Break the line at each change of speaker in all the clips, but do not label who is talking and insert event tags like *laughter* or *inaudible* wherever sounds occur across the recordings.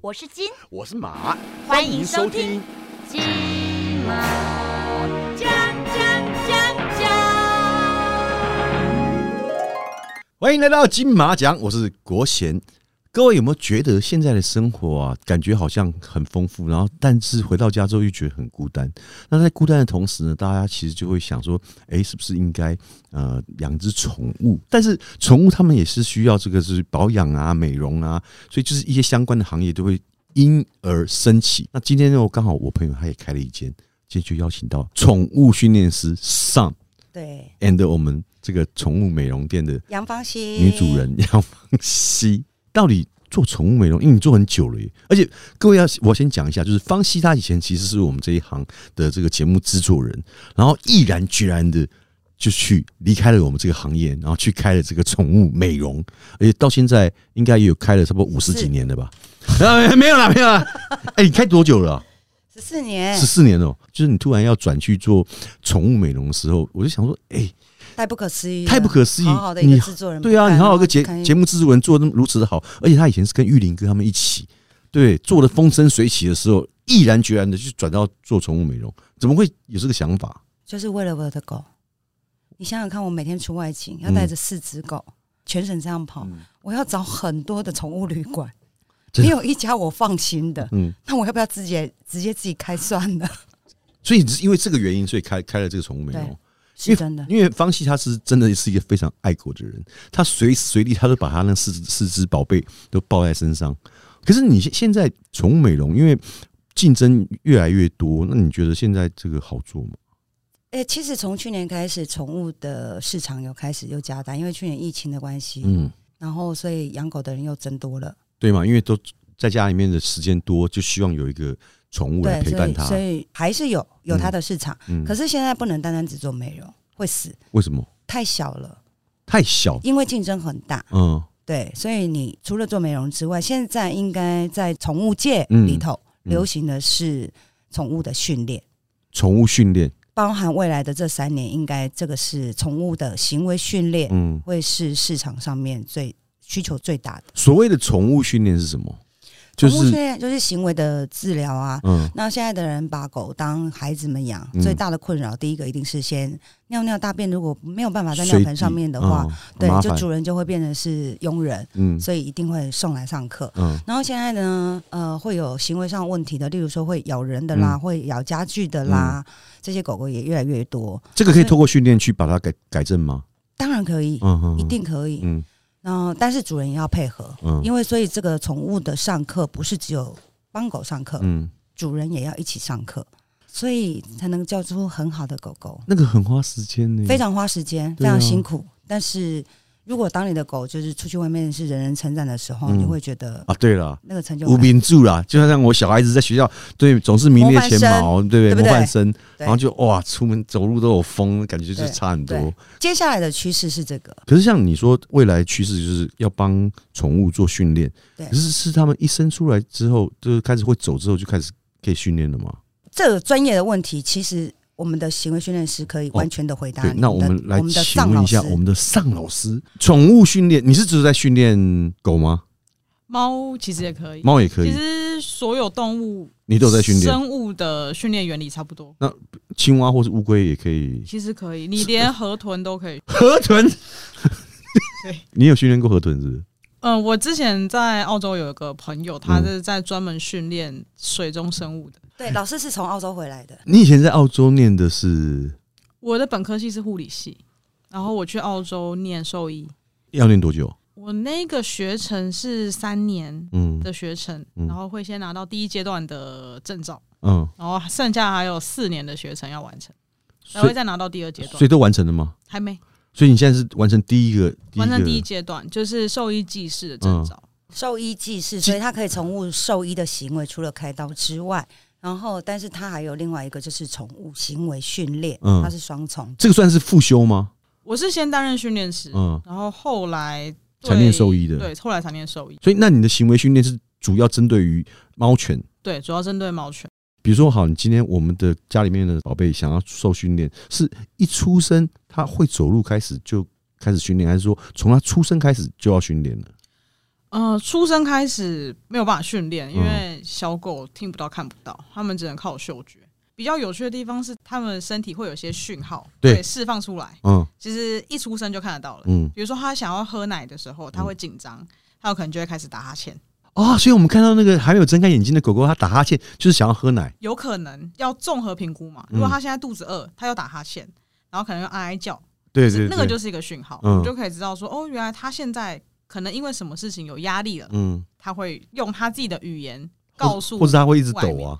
我是金，
我是马，
欢迎收听。金马奖奖奖奖。
欢迎来到金马奖，我是国贤。各位有没有觉得现在的生活啊，感觉好像很丰富，然后但是回到家之后又觉得很孤单。那在孤单的同时呢，大家其实就会想说，诶，是不是应该呃养只宠物？但是宠物它们也是需要这个是保养啊、美容啊，所以就是一些相关的行业都会因而升起。那今天呢，刚好我朋友他也开了一间，今天就邀请到宠物训练师 Sam
对，
and 我们这个宠物美容店的
杨芳熙
女主人杨芳熙到底做宠物美容，因为你做很久了耶。而且各位要，我先讲一下，就是芳熙她以前其实是我们这一行的这个节目制作人，然后毅然决然的就去离开了我们这个行业，然后去开了这个宠物美容，而且到现在应该也有开了差不多五十几年了吧？啊，没有啦，没有啦。哎、你开多久了啊、
十四年
十四年哦、就是你突然要转去做宠物美容的时候，我就想说，哎、
太不可思议了，
太不可思议
好好的一
你
个制作人，
对啊，你好好一个节
看
节目制作人做的如此的好，而且他以前是跟玉林哥他们一起，对，做的风生水起的时候，毅然决然的就转到做宠物美容，怎么会有这个想法？
就是为了我的狗。你想想看，我每天出外勤，要带着四只狗，
嗯
全省这样跑，我要找很多的宠物旅馆，
*laughs* 真
没
的
有一家我放心的。
嗯，
那我要不要直接直接自己
*laughs*
开算了？
所以你是因为这个原因，所以开开了这个宠物美容
对。是真的，
因为方西他是真的是一个非常爱狗的人，他随时随地他都把他那四只四只宝贝都抱在身上。可是你现现在宠物美容，因为竞争越来越多，那你觉得现在这个好做吗？
哎、其实从去年开始，宠物的市场有开始又加大，因为去年疫情的关系，
嗯，
然后所以养狗的人又增多了。
对嘛，因为都在家里面的时间多，就希望有一个宠物来
对，
陪
所
伴
以
他。
所以还是有有它的市场。
嗯，
可是现在不能单单只做美容，会死，
为什么
太小了，
太小？
因为竞争很大。
嗯，
对，所以你除了做美容之外，现在应该在宠物界里头、
嗯
流行的是宠物的训练，
宠物训练，
包含未来的这三年，应该这个是宠物的行为训练、
嗯，
会是市场上面最需求最大的。
所谓的宠物训练是什么？就
宠物训
是
练就是行为的治疗啊。
嗯，
那现在的人把狗当孩子们养，
嗯
最大的困扰，第一个一定是先尿尿大便，如果没有办法在尿
水
盆上
底
面的话，，
嗯麻
对，就
烦
主人就会变成是佣人，
嗯
所以一定会送来上课。
嗯
然后现在呢，呃，会有行为上问题的，例如说会咬人的啦，
嗯
会咬家具的啦，这些狗狗也越来越多。
这个可以透过训练去把它改改正吗？
当然可以，
嗯嗯，
一定可以。
嗯
然后，但是主人也要配合，
嗯
因为所以这个宠物的上课不是只有帮狗上课，
嗯，
主人也要一起上课，所以才能教出很好的狗狗。
那个很花时间呢，
非常花时间，
嗯
非
对啊
常辛苦。但是如果当你的狗就是出去外面是人人称赞的时候，
嗯
你会觉得
啊。对
*laughs*
了。
那个成就
无
感。
名著啦，就像我小孩子在学校，对，总是名列前茅，对
对
不
不
对？
对
模范生，
对
然后就哇，出门走路都有风，感觉就是
对
差很多
对。接下来的趋势是这个，
可是像你说，未来趋势就是要帮宠物做训练，
对
可是是他们一生出来之后，就是开始会走之后就开始可以训练了吗？
这个专业的问题，其实我们的行为训练师可以完全的回答
哦对，
你的、
那我们来
我们的
请
上
问
老
一下
师，
我们的尚老师，宠物训练，你是只是在训练狗吗？
猫其实也可以，
猫也可
其
以，
实所有动物
你都有在训练。
生物的训练原理差不多。
青蛙或是乌龟也可以。
其实可以，你连河豚
*laughs*
都可以。
河豚
对，
你有训练过河豚是不是？
嗯，我之前在澳洲有一个朋友，他
嗯
是在专门训练水中生物的。
对老师是从澳洲回来的，
你以前在澳洲念的是
我的本科系是护理系，然后我去澳洲念兽医，
要念多久？
我那个学程是三年
嗯
的学程，
嗯
然后会先拿到第一阶段的证照，
嗯，
然后剩下还有四年的学程要完成，然
所
后会
以
再拿到第二阶
所以
段，
都完成了吗？
还没
所以你现在是完成第一个，嗯
完成
个
第一阶段，就是兽医技师的证照。
兽医技师，所以他可以宠物兽医的行为，除了开刀之外，然后但是他还有另外一个就是宠物行为训练，
嗯
它是双重。
这个算是复修吗？
我是先担任训练师，
嗯，
然后后来对
才念兽医的
对，后来才念兽医，
所以那你的行为训练是主要针对于猫犬。
对，主要针对猫犬。
比如说，好，你今天我们的家里面的宝贝想要受训练，是一出生它会走路开始就开始训练，还是说从它出生开始就要训练了？
呃，出生开始没有办法训练，因为小狗听不到、看不
嗯
到，它们只能靠嗅觉。比较有趣的地方是，它们身体会有一些讯号
对
会释放出来，
嗯
其实一出生就看得到了。
嗯
比如说，它想要喝奶的时候，它会紧张，它有可能就会开始打哈欠。
啊、所以我们看到那个还没有睁开眼睛的狗狗，它打哈欠就是想要喝奶。
有可能要综合评估嘛。
嗯
如果它现在肚子饿，它又打哈欠，然后可能又哀哀叫，
对
是
对对，
那个就是一个讯号，
嗯
我们就可以知道说，哦，原来它现在可能因为什么事情有压力了，
嗯，
它会用它自己的语言
或
告诉
或者它会一直
外
抖
面
啊，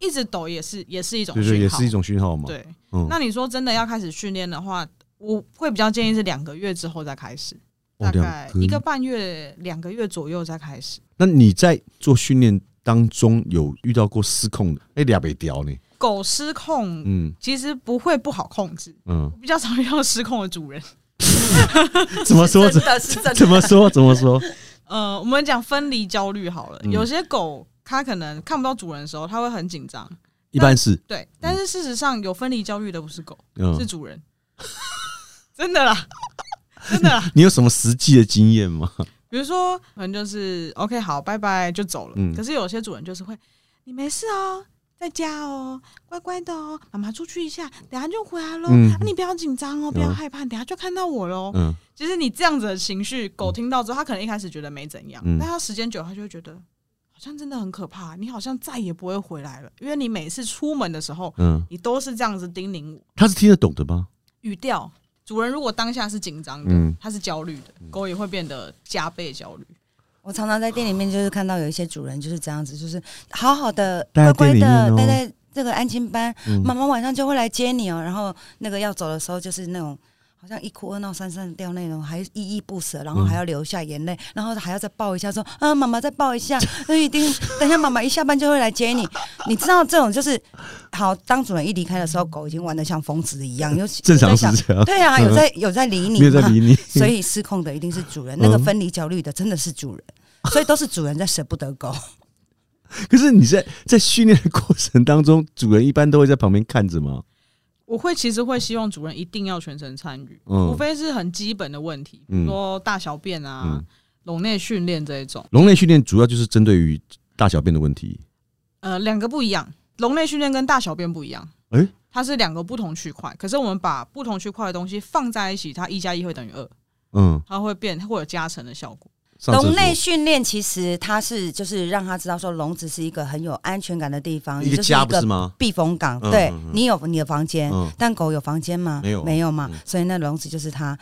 一直抖也是也是一种
对
讯号，
对，也是一种讯号嘛。，
对。
嗯，
那你说真的要开始训练的话，我会比较建议是两个月之后再开始，
哦
大
两
概
个
一个半月、两个月左右再开始。
那你在做训练当中有遇到过失控的？哎，俩被叼呢？
狗失控
嗯
其实不会不好控制，
嗯，
比较常遇到失控的主人。
*laughs*
怎么说？
真
怎
的是真的，
怎么
*laughs*
说？怎么说？
呃，我们讲分离焦虑好了，
嗯
有些狗它可能看不到主人的时候，它会很紧张，
一般是
对。但是事实上，有分离焦虑的不是狗，是
嗯，
主人， *laughs* 真的啦，真的啦。
你有什么实际的经验
*laughs*
吗？
比如说，可能就是 OK，好，拜拜就走了。
嗯
可是有些主人就是会，你没事哦，在家哦，乖乖的哦，妈妈出去一下，等下就回来喽。
嗯
啊你不要紧张哦，不要
嗯
害怕，等下就看到我喽。
嗯
其实你这样子的情绪，狗听到之后，它可能一开始觉得没怎样，
嗯
但它时间久，它就会觉得好像真的很可怕，你好像再也不会回来了，因为你每次出门的时候，
嗯，
你都是这样子叮咛我，
它是听得懂的吗？
语调。主人如果当下是紧张的，
嗯
它是焦虑的，狗也会变得加倍焦虑。
我常常在店里面就是看到有一些主人就是这样子，就是好好的、
待在
乖乖
店里面哦
的待在这个安亲班，
嗯
妈妈晚上就会来接你哦。然后那个要走的时候，就是那种好像一哭二闹三上吊那种，还依依不舍，然后还要流下眼泪，然后还要再抱一下，说啊，妈妈再抱一下，
*laughs*
那一定等一下妈妈一下班就会来接你。你知道这种就是好，当主人一离开的时候，狗已经玩的像疯子一
*laughs*
样，有
正常
有在
是
想
这 *laughs* 样，
对啊，有在有在理你，
没有在理你。
*laughs* 所以失控的一定是主人，
嗯
那个分离焦虑的真的是主人，所以都是主人在舍不得
*laughs*
狗。
*laughs* 可是你在在训练的过程当中，主人一般都会在旁边看着吗？
我会其实会希望主人一定要全程参与，
嗯
除非是很基本的问题，比
嗯
如说大小便啊
嗯、
笼内训练这一种。
笼内训练主要就是针对于大小便的问题。
呃，两个不一样，笼内训练跟大小便不一样。
诶
它是两个不同区块，可是我们把不同区块的东西放在一起，它一加一会等于二，
嗯，
它会变，它会有加成的效果。
上厕所
笼内训练其实它是就是让他知道说笼子是一个很有安全感的地方，
一
也
个
就是
家
一
不是
个
吗？
避风港。
嗯
对
嗯嗯
你有你的房间，
嗯
但狗有房间吗？
没有啊
没有嘛
嗯。
所以那笼子就是它。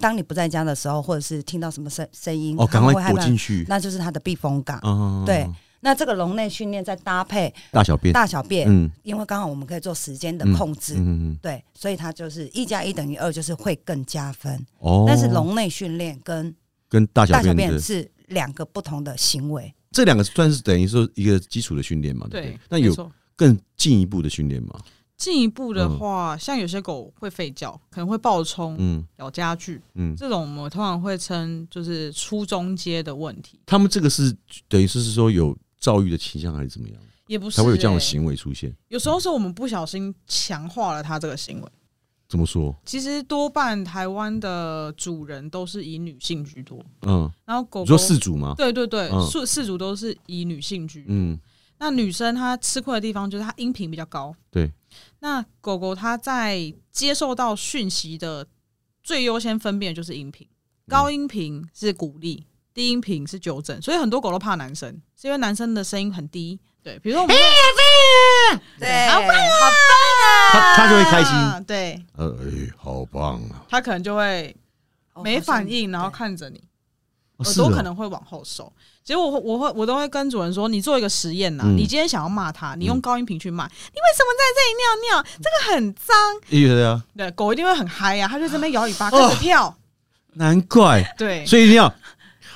当你不在家的时候，或者是听到什么声声音，
哦，赶
它
快
会害
躲
怕
进，去。
那就是它的避风港。
嗯，
对那这个笼内训练再搭配
大小便，
大小便，
嗯
因为刚好我们可以做时间的
嗯
控制，
嗯嗯，
对，所以它就是一加一等于二，就是会更加分。
哦，
但是笼内训练跟
跟大小
大小
便
便
的
是两个不同的行为。
这两个算是等于说一个基础的训练嘛，哦对不
对
对？，那
没
有
错
更进一步的训练吗？
进一步的话，像有些狗会吠叫，可能会暴冲、
嗯
咬家具，
嗯，
这种我们通常会称就是初中阶的问题，
他们这个是等于是是说有躁郁的倾向还是怎么样，
也不是、
才会有这样的
欸
行为出现？
有时候是我们不小心强化了它这个行为。
怎么说？
其实多半台湾的主人都是以女性居多，
嗯，
然后狗狗
你说饲主吗？
对对对，
嗯
饲饲主都是以女性居。
嗯
那女生她吃亏的地方就是她音频比较高。
对。
那狗狗它在接受到讯息的最优先分辨的就是音频，
嗯
高音频是鼓励，低音频是纠正，所以很多狗都怕男生，是因为男生的声音很低。对，比如说我们
哎
对
好棒
好
啊
棒
他他就会开心
啊对
呃，哎，好棒啊！
它可能就会
哦
没反应，然后
看。
看着你。
哦
耳
是
朵
哦
可能会往后收。其实我会我会我都会跟主人说，你做一个实验呐、
嗯嗯
你今天想要骂他，你用高音频去骂，你为什么在这里尿尿？这个很脏。
对对啊，
对，狗一定会很嗨呀、啊，它就在那边摇尾巴，开始跳。
难怪，
对，
哦所以一
*laughs*
定要。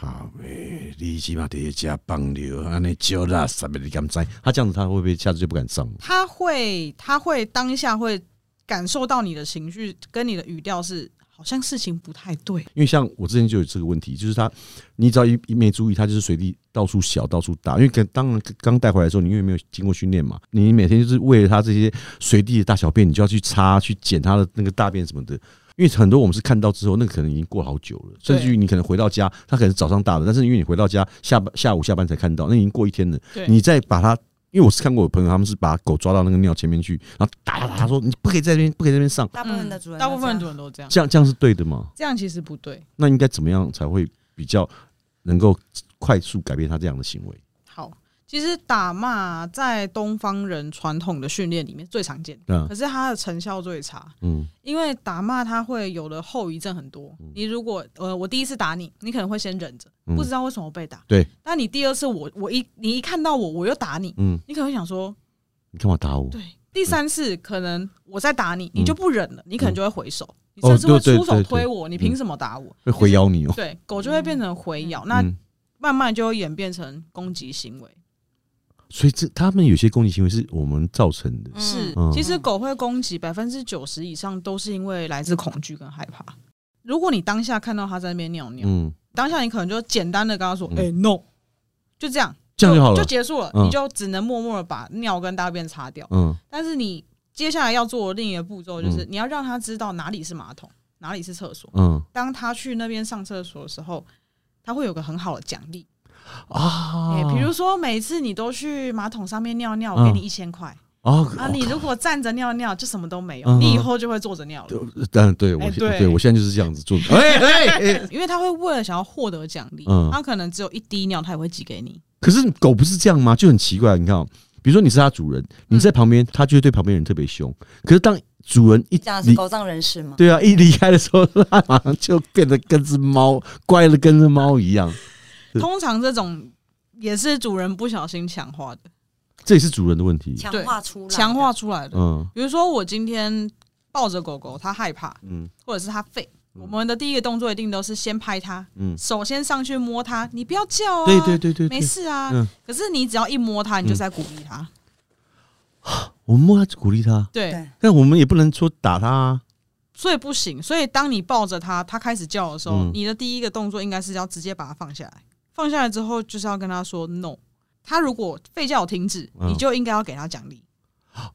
好诶，你起码得加棒流，安尼叫啦，啥物你敢知？他这样子，他会不会下次就不敢上了？
它会它会当下会感受到你的情绪跟你的语调是好像事情不太对。
因为像我之前就有这个问题，就是他，你只要一一没注意，他就是随地到处小到处大。因为可当然刚带回来的时候，你因为没有经过训练嘛，你每天就是为了他这些随地的大小便，你就要去擦去捡他的那个大便什么的。因为很多我们是看到之后，那个可能已经过好久了，甚至于你可能回到家，它可能是早上大的，但是因为你回到家下班下午下班才看到，那已经过一天了。
对
你再把它，因为我是看过我朋友，他们是把狗抓到那个尿前面去，然后打打打，说你不可以在这边，不可以在这边上，
大部分的主人都
嗯
这
大
样，
部分的主人都这样，
这样这样是对的吗？
这样其实不对。
那应该怎么样才会比较能够快速改变他这样的行为？
好，其实打骂在东方人传统的训练里面最常见，
嗯
可是它的成效最差，
嗯
因为打骂它会有的后遗症很多。你如果呃，我第一次打你，你可能会先忍着，
嗯
不知道为什么被打。
对，
但你第二次我我一你一看到我，我又打你，
嗯，
你可能会想说，
你干嘛打我？
对，第三次可能我再打你，你就不忍了，你可能就会回手，你
嗯哦
甚至会
对对
出手
对
推
对
我，你凭什么打我？
会回咬你哦、
对，狗就会变成回咬，那
嗯
慢慢就会演变成攻击行为。
所以这他们有些攻击行为是我们造成的。
嗯
是，
嗯
其实狗会攻击百分之九十以上都是因为来自恐惧跟害怕。如果你当下看到它在那边尿尿，
嗯，
当下你可能就简单的跟它说：“
嗯
哎、no”，就这样，
这样就好了
就结束了。
嗯
你就只能默默的把尿跟大便擦掉。
嗯，
但是你接下来要做的另一个步骤就是，你要让它知道哪里是马桶，哪里是厕所。
嗯
当它去那边上厕所的时候，它会有个很好的奖励。
啊，
哎、比如说每次你都去马桶上面尿尿，
嗯
我给你一千块。
啊
啊，你如果站着尿尿，就什么都没有，
嗯
你以后就会坐着尿了，
但对我
哎
现
对
对我现在就是这样子做，哎哎哎，
因为他会为了想要获得奖励
嗯，
他可能只有一滴尿，他也会挤给你。
可是狗不是这样吗？就很奇怪，你看、哦，比如说你是它主人，你
嗯
在旁边，它就会对旁边人特别凶。可是当主人一
这样是
离，
狗仗人势嘛？
对啊，一离开的时候， *laughs* 它马上就变得跟只猫乖的跟只猫一样。是
通常这种也是主人不小心强化的，
这也是主人的问题。
强化出来，
强化，出来的。
嗯
比如说我今天抱着狗狗，它害怕，
嗯
或者是它吠，我们的第一个动作一定都是先拍它，
嗯，
首先上去摸它，你不要叫啊，
对对对对对
没，事啊
嗯。
可是你只要一摸它，你就是在鼓励它，
我们摸它鼓励它，
对，
对，
但我们也不能说打它啊。
所以不行。所以当你抱着它，它开始叫的时候，
嗯
你的第一个动作应该是要直接把它放下来。放下来之后，就是要跟它说 no。它如果吠叫停止，
嗯
你就应该要给它奖励。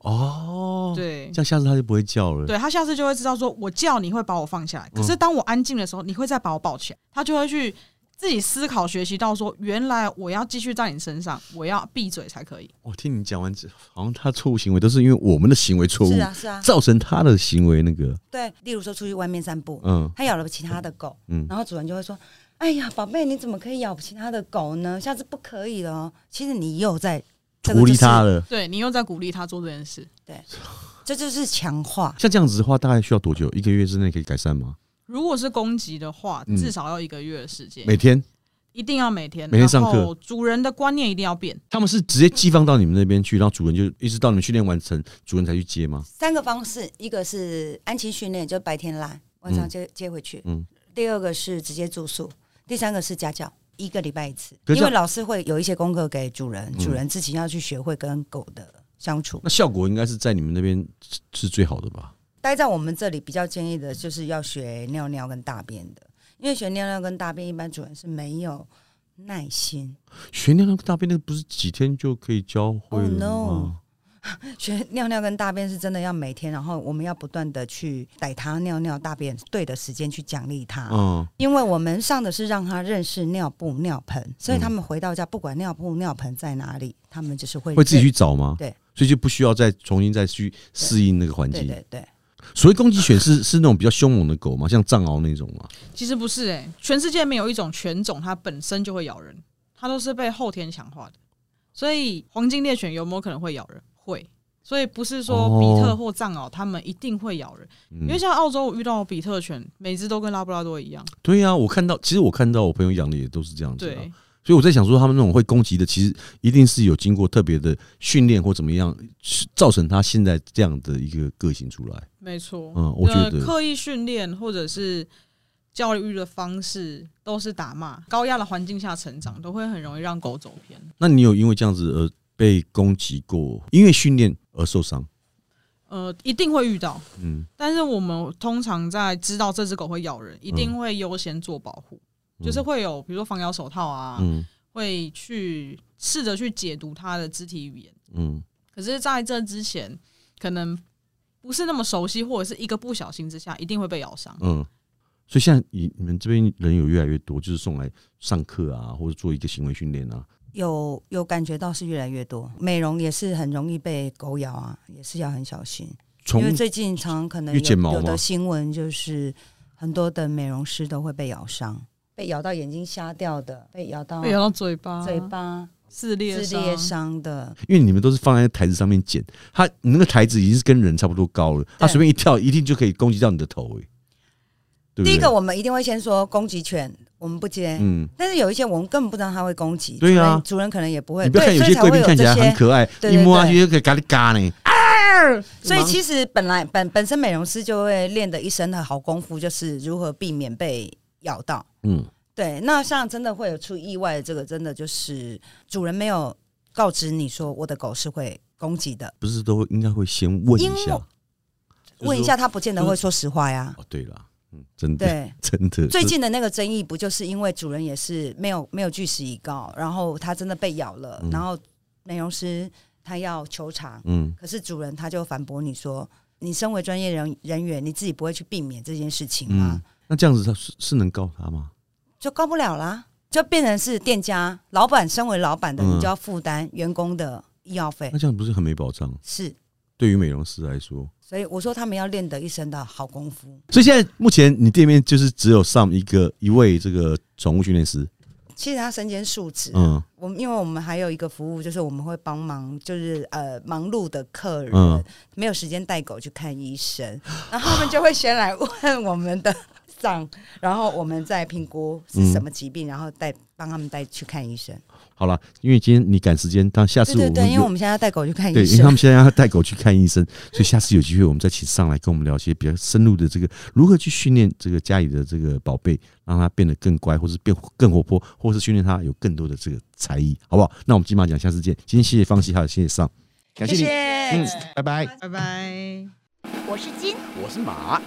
哦，，
对
嗯
这，样下次它就不会叫了。
对，它下次就会知道说，我叫你会把我放下来。可
嗯
是当我安静的时候，你会再把我抱起来，它就会去自己思考学习到说，原来我要继续在你身上，我要闭嘴才可以。
我哦听你讲完之后，好像他错误行为都是因为我们的行为错误，
是啊是啊，
造成他的行为那个，
对，例如说出去外面散步，
嗯
它咬了其他的狗，
嗯
然后主人就会说：“哎呀，宝贝，你怎么可以咬其他的狗呢？下次不可以了哦。”其实你又在这个
鼓
就
励
是
他，了。
对你又在鼓励它做这件事。
这就是强化。
像这样子的话，大概需要多久？一个月之内可以改善吗？
如果是攻击的话，
嗯
至少要一个月的时间。
每天
一定要每天
每天上课，
然后主人的观念一定要变。
他们是直接寄放到你们那边去，然后主人就一直到你们训练完成，主人才去接吗？
三个方式，一个是安亲训练，就白天来，晚上接、接回去；
嗯
第二个是直接住宿；第三个是家教，一个礼拜一次。
可是这
因
样嗯
为老师会有一些功课给主人，主人自己要去学会跟狗的相处。
那效果应该是在你们那边是是最好的吧？
待在我们这里比较建议的就是要学尿尿跟大便的，因为学尿尿跟大便一般主人是没有耐心， *laughs*
学尿尿跟大便那个不是几天就可以教会了吗
Oh no 学尿尿跟大便是真的要每天，然后我们要不断的去逮它尿尿大便，对的时间去奖励它。
嗯，
因为我们上的是让他认识尿布、尿盆，所以他们回到家，不管尿布、尿盆在哪里，他们就是会
会自己
认
去找吗？
对，
所以就不需要再重新再去适应那个环
对
境。
对对，
所谓攻击犬是 *laughs* 是那种比较凶猛的狗吗？像藏獒那种吗？
其实不是哎、全世界没有一种犬种它本身就会咬人，它都是被后天强化的。所以黄金猎犬有没有可能会咬人？会。所以不是说
哦
比特或藏獒它们一定会咬人，
嗯
因为像澳洲我遇到的比特犬，每只都跟拉布拉多一样。
对呀、我看到，其实我看到我朋友养的也都是这样子、啊，
对，
所以我在想说，他们那种会攻击的，其实一定是有经过特别的训练或怎么样，是造成他现在这样的一个个性出来。
没错。
嗯，我觉
呃
得
刻意训练或者是教育的方式都是打骂，高压的环境下成长，都会很容易让狗走偏。
那你有因为这样子而被攻击过，因为训练而受伤？
呃，一定会遇到，
嗯
但是我们通常在知道这只狗会咬人，一定会优先做保护，
嗯
就是会有比如说防咬手套啊，
嗯
会去试着去解读它的肢体语言。
嗯
可是在这之前，可能不是那么熟悉，或者是一个不小心之下，一定会被咬伤。
嗯，所以现在你你们这边人有越来越多，就是送来上课啊，或者做一个行为训练啊。
有有感觉到是越来越多，美容也是很容易被狗咬啊，也是要很小心。
从
因为最近常可能
因为剪
有
毛
有
吗
的新闻就是很多的美容师都会被咬伤，被咬到眼睛瞎掉的，被咬到
被咬到嘴巴，
哦嘴巴
撕裂
撕裂伤的，
因为你们都是放在台子上面剪，它你那个台子已经是跟人差不多高了，它随便一跳，一定就可以攻击到你的头、欸，对不对？
第一个，我们一定会先说攻击犬，我们不接。
嗯，
但是有一些我们根本不知道它会攻击，
对啊
主人主人可能也不会。
你不要看
对
有
所以
些
才
贵
会
宾
有
看起来
这
很
些
可爱，
对
一
对
摸下
对
去就可以嘎哩嘎呢。
所以其实本来本本身美容师就会练的一身的好功夫，就是如何避免被咬到。
嗯，
对，那像真的会有出意外的，这个真的就是主人没有告知你说我的狗是会攻击的，
不是都应该会先问一
因为
下，就是
问一下
说。
他不见得会说实话呀。
哦，对了，嗯，真的，
对，
*laughs* 真的，
最
这
近的那个争议不就是因为主人也是没有没有据实以告，然后他真的被咬了，
嗯
然后美容师他要求偿，
嗯
可是主人他就反驳你说，你身为专业人人员，你自己不会去避免这件事情
嗯，
吗？
那这样子他是是能告他吗？
就告不了啦，就变成是店家老板身为老板的，
嗯
你就要负担员工的医药费
那，这样不是很没保障？
是。
对于美容师来说，
所以我说他们要练得一身的好功夫，
所以现在目前你店面就是只有上一个一位这个宠物训练师，
其实他身兼数职。啊
嗯
我们因为我们还有一个服务，就是我们会帮忙，就是呃忙碌的客人、
嗯，
没有时间带狗去看医生， *laughs* 然后他们就会先来问我们的脏，然后我们再评估是什么疾病，然后带帮他们带去看医生。
好了，因为今天你赶时间，但下次
对
我
对
们
对，因为
有
我们现在要带狗去看
对，因
医
为他
生
们，现在要带狗去看医生，所以下次有机会我们再请上来跟我们聊一些比较深入的这个如何去训练这个家里的这个宝贝，让它变得更乖，或是变更活泼，或是训练它有更多的这个才艺，好不好？那我们金马奖下次见。今天谢谢方西，还有谢谢上，感
谢
谢你，
谢。
嗯，拜拜。
拜拜。
我是金。
我是马，